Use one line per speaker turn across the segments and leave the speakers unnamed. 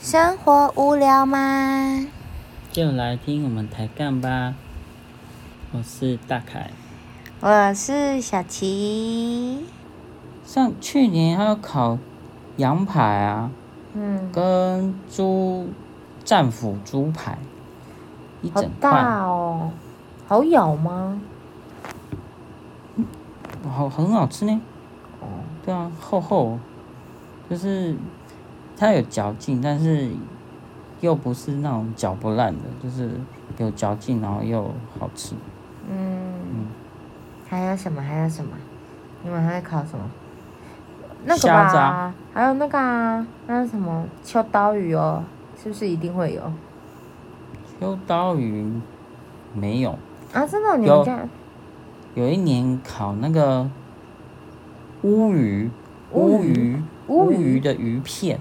生活无聊吗？
就来听我们抬杠吧。我是大凯。
我是小琪。
上去年还有考羊排啊，
嗯，
跟猪战斧猪排，一
好
整块，
大哦，好咬吗？
好很好吃呢。
哦，
对啊，厚厚，就是它有嚼劲，但是又不是那种嚼不烂的，就是有嚼劲，然后又好吃。
嗯，还有什么？还有什么？你们还会考什么？那个
虾子
吧
啊，
还有那个啊，那是什么秋刀鱼哦，是不是一定会有？
秋刀鱼没有，
啊，真的哦，你
有
们家
有一年烤那个乌鱼，
乌
乌
鱼
鱼，
乌
乌
鱼
鱼的鱼片，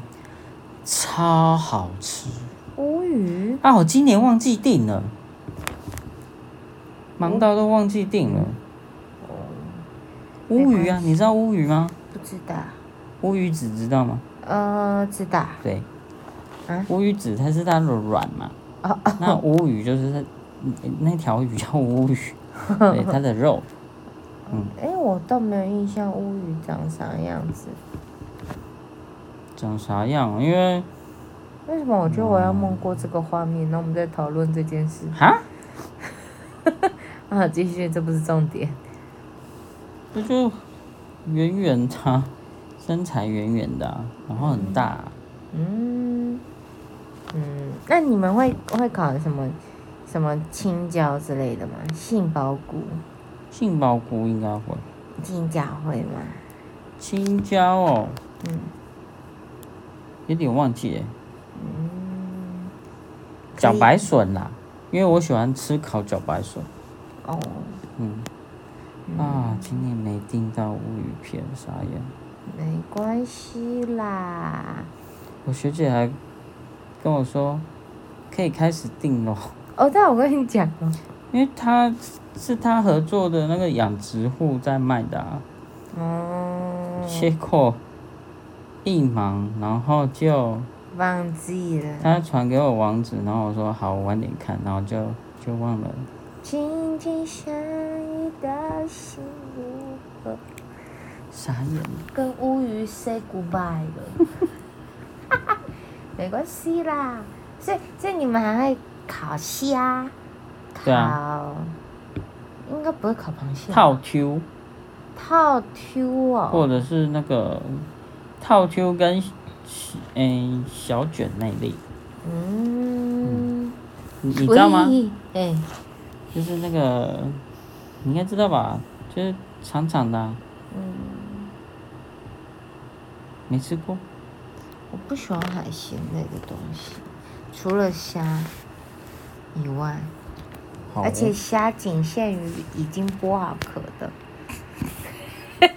超好吃
乌鱼？
啊！我今年忘记订了，忙到都忘记订
哦
了。
没
乌鱼
关
啊，你知道乌鱼吗？
不知道，
乌鱼子知道吗？
呃，知道。
对，
啊
乌鱼子它是它的卵嘛，
哦
那乌鱼就是它嗯那条鱼叫乌鱼，对，它的肉，
哎、我倒没有印象乌鱼长啥样子，
长啥样？因为
为什么我觉得我要梦过这个画面？那我们再讨论这件事
哈，
啊，继续，这不是重点。
不就圆圆的啊、身材圆圆的啊、然后很大啊、
嗯嗯，那你们会会考什么什么青椒之类的吗？杏鲍菇、
杏鲍菇应该会，
青椒会吗？
青椒哦，
嗯
有点忘记了，
嗯，可以
茭白笋啦，因为我喜欢吃烤茭白笋，
哦，
嗯。啊，今年没订到乌鱼片，傻眼。
没关系啦。
我学姐还跟我说，可以开始订咯，
哦，但我跟你讲哦，
因为她是她合作的那个养殖户在卖的、啊，
哦，
结果一忙，然后就
忘记了。
她传给我网址，然后我说好，我晚点看，然后就就忘了。
静静想你的心如何？
傻眼，
跟乌鱼 say goodbye 了。 没关系啦，所以所以你们还会烤虾，烤，
对啊
应该不会烤螃蟹吧，
套 Q
套 Q
或
哦，
者是那个套 Q 跟嗯、小卷那一类，
嗯，
你你知道吗？
喂？哎、
就是那个，你应该知道吧？就是长长的、啊。
嗯
没吃过，
我不喜欢海鲜类的东西，除了虾以外，
好
而且虾仅限于已经剥好壳的。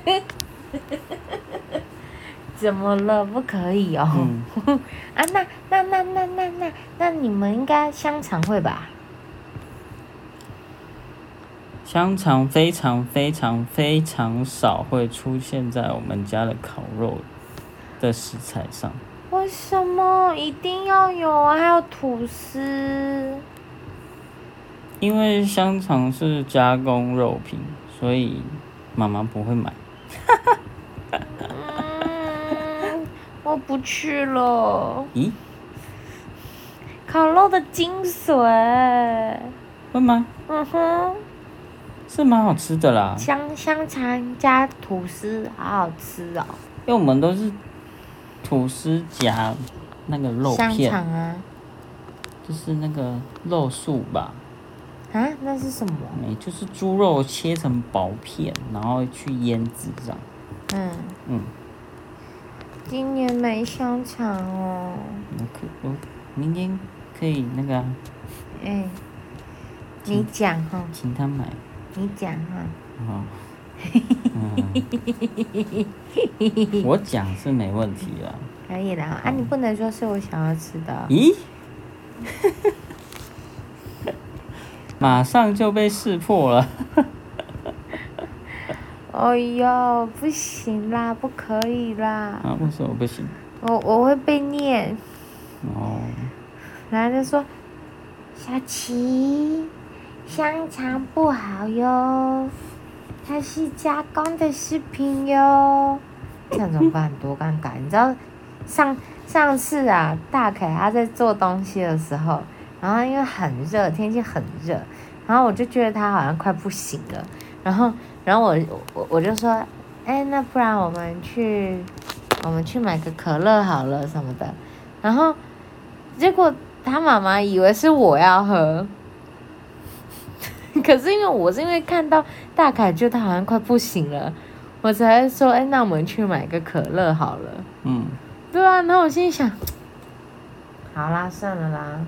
怎么了？不可以哦。
嗯，
啊，那那那那那那那你们应该香肠会吧？
香肠非常非常非常少会出现在我们家的烤肉的食材上，
为什么一定要有啊？还有吐司。
因为香肠是加工肉品，所以妈妈不会买。
嗯，我不去了。
咦？
烤肉的精髓。
会吗？
嗯哼，
是蛮好吃的啦，
香香肠加吐司，好好吃哦。
因为我们都是吐司夹那个肉
香
片，
肠啊
就是那个肉素吧。
啊，那是什么？
没，就是猪肉切成薄片，然后去腌制这样。
嗯，
嗯，
今年没香肠哦。
我可我明天可以那个啊、
哎、你讲哈、
请他买。
你讲哈、
哦，嗯，我讲是没问题啦。
可以啦。啊，你不能说是我想要吃的哦。
咦？ 马上就被识破了。
哎呦，不行啦，不可以啦，
啊，为什么不行？
我我会被念。
哦，
然后就说：“小琪，香肠不好哟，它是加工的食品哟。”这样怎么办？多尴尬！你知道上上次啊，大凯他在做东西的时候，然后因为很热，天气很热，然后我就觉得他好像快不行了，然后然后我我我就说：“哎，那不然我们去我们去买个可乐好了什么的。”然后。结果他妈妈以为是我要喝， 可是因为我是因为看到大凯就他好像快不行了，我才说，哎，那我们去买个可乐好了。
嗯，
对啊，然后我心里想， 好啦，算了啦，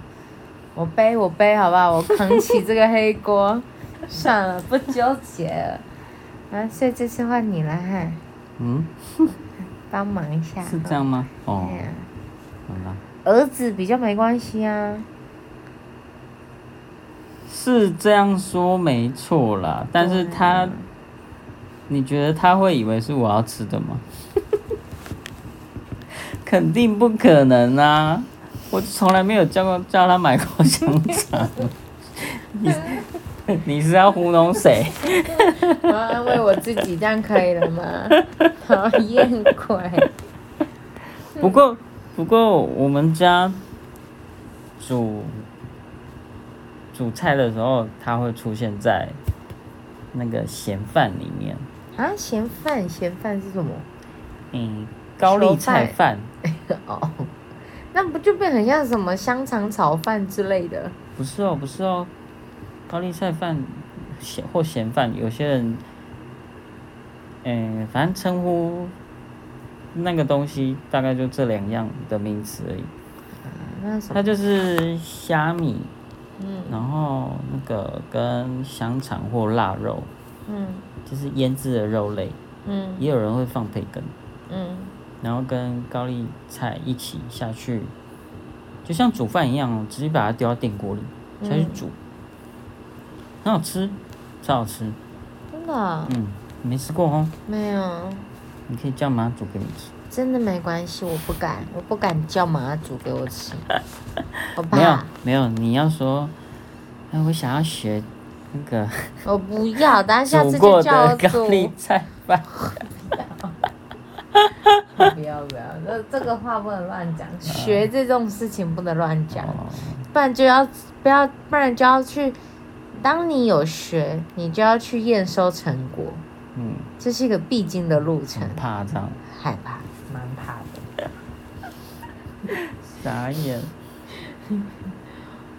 我背我背好不好？我扛起这个黑锅， 算了，不纠结了。啊，所以这次换你了哈，
嗯，
帮忙一下。
是这样吗？哦
对，啊
好啦，
儿子比较没关系啊。
是这样说没错啦，但是
对啊
他，你觉得他会以为是我要吃的吗？ 肯定不可能啊！我从来没有叫过叫他买过香肠，你 你是要糊弄谁？
我要安慰我自己，这样可以了 吗？讨厌鬼！
不过，不过我们家煮煮菜的时候，它会出现在那个咸饭里面，
啊，嫌饭，嫌饭是什么？
嗯，高丽菜饭，
哦，那不就变很像什么香肠炒饭之类的？
不是哦，不是哦，高丽菜饭咸或咸饭，有些人，嗯，反正称呼那个东西大概就这两样的名词而已，
啊那什
它
么？
就是虾米，
嗯
然后那个跟香肠或腊肉。
嗯
就是腌制的肉类，
嗯
也有人会放培根，
嗯
然后跟高丽菜一起下去，就像煮饭一样哦，直接把它丢到电锅里下去煮，很好吃，超好吃，
真的啊、
嗯，你没吃过哦，
没有，
你可以叫妈煮给你吃，
真的没关系，我不敢，我不敢叫妈煮给我 吃，我
没有
怕，
没有，你要说，哎，我想要学那个
我不要，等下下
煮
次就
过
叫我
的
煮
高。丽菜饭，
不要不要，这这个话不能乱讲，学这种事情不能乱讲。
哦，
不然就要不要，不然就要去。当你有学，你就要去验收成果，
嗯，
这是一个必经的路程
很。怕这样，
害怕，蛮怕的。
傻眼。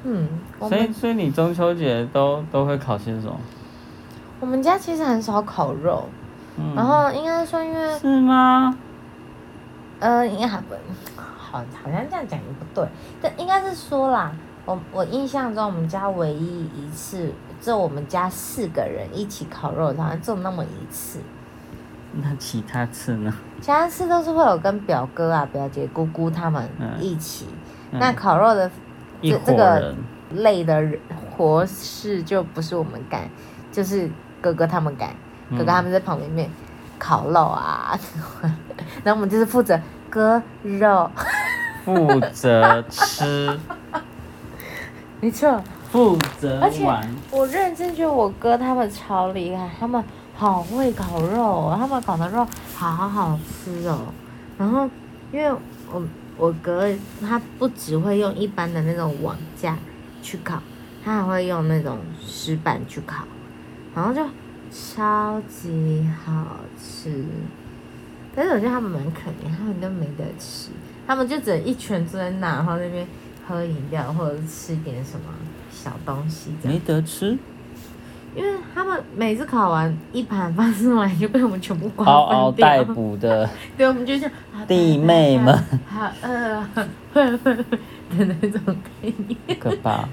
嗯，我
所以，
们
所以你中秋节都都会烤些什么？
我们家其实很少烤肉，
嗯
然后应该说因为
是吗？
呃，应该还不好，好像这样讲也不对，但应该是说啦，我我印象中我们家唯一一次，就我们家四个人一起烤肉，好像就那么一次。
那其他次呢？
其他次都是会有跟表哥啊、表姐、姑姑他们
嗯
一起。
嗯
那烤肉的
一
这
伙
这个
人，
类的活事就不是我们干，就是哥哥他们干，
嗯
哥哥他们在旁边面烤肉啊，然后我们就是负责割肉，
负责吃，
没错。
负责
而且
玩。
我认真觉得我哥他们超厉害，他们好会烤肉、哦，他们烤的肉好好吃哦。然后因为我我哥他不只会用一般的那种网架去烤，他还会用那种石板去烤，然后就超级好吃。但是我觉得他们蛮可怜，他们都没得吃，他们就只能一群坐在那，然后那边喝饮料或者是吃点什么小东西这样
没。得吃
因为他们每次烤完一盘饭上来，就被我们全部瓜
嗷嗷
分掉。
待哺的
对，我们就像啊
哦弟妹们，
好饿啊， 的那种概念。
可怕。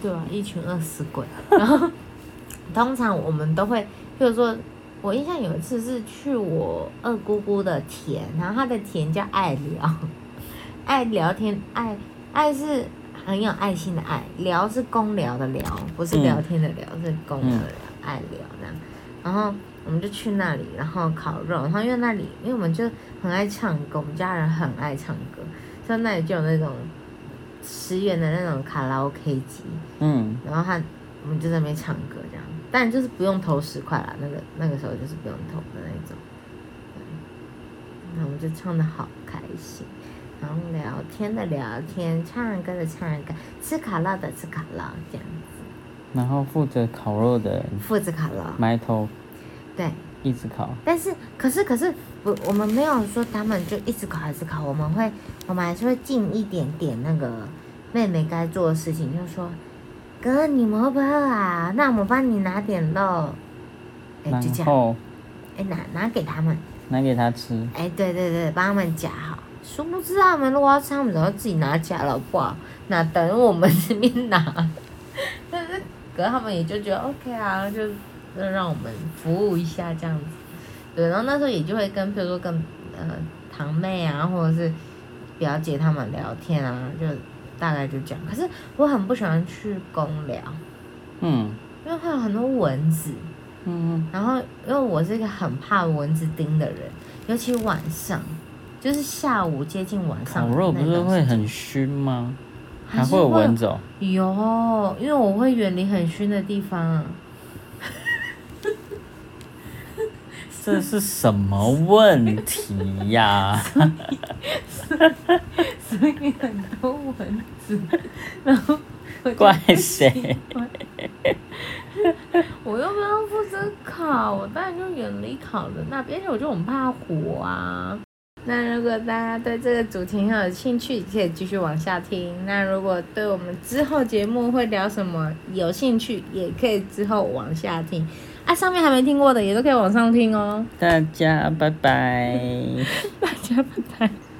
对啊，一群饿死鬼。啊然后通常我们都会，譬如说，我印象有一次是去我二姑姑的田，然后她的田叫爱聊，爱聊天，爱爱是很有爱心的爱，聊是公聊的聊，不是聊天的聊，是公聊的聊，爱聊这样。然后我们就去那里，然后烤肉，然后因为那里，因为我们就很爱唱歌，我们家人很爱唱歌，所以那里就有那种十元的那种卡拉 OK 机，
嗯，
然后他我们就在那边唱歌这样，但就是不用投十块啦，那个那个时候就是不用投的那种。对，然后我们就唱的好开心，然后聊天的聊天，唱歌的唱歌，吃卡拉的吃卡拉这样子，
然后负责烤肉的人
负责卡拉，
埋头
对。
一直烤，
但是，可是，可是，我我们没有说他们就一直考，一直考，我们会，我们还是会尽一点点那个妹妹该做的事情，就说，哥，你们会不会饿啊？那我们帮你拿点肉，哎，
然
就这样，
后
哎，拿拿给他们，
拿给他吃，
哎，对对对，帮他们夹好。殊不知他们如果要吃，他们早就自己拿夹了，好不好？哪等我们这边拿？但是，可是他们也就觉得 OK 啊，就就让我们服务一下这样子。对，然后那时候也就会跟，比如说跟呃堂妹啊，或者是表姐他们聊天啊，就大概就这样。可是我很不喜欢去公聊，
嗯
因为会有很多蚊子。
嗯
然后因为我是一个很怕蚊子叮的人，尤其晚上，就是下午接近晚
嗯，
上那
烤
段时间，
肉不是会很熏吗？还
还啊是
会有蚊 子哦，
有，因为我会远离很熏的地方啊。
这是什么问题呀、
所以很多蚊子， 然后我就
怪谁？
我又没有负责烤，我当然就远离烤的那边，而且我就很怕火啊。那如果大家对这个主题很有兴趣，可以继续往下听。那如果对我们之后节目会聊什么有兴趣，也可以之后往下听。啊，上面还没听过的也都可以往上听哦。
大家拜拜。
大家拜拜。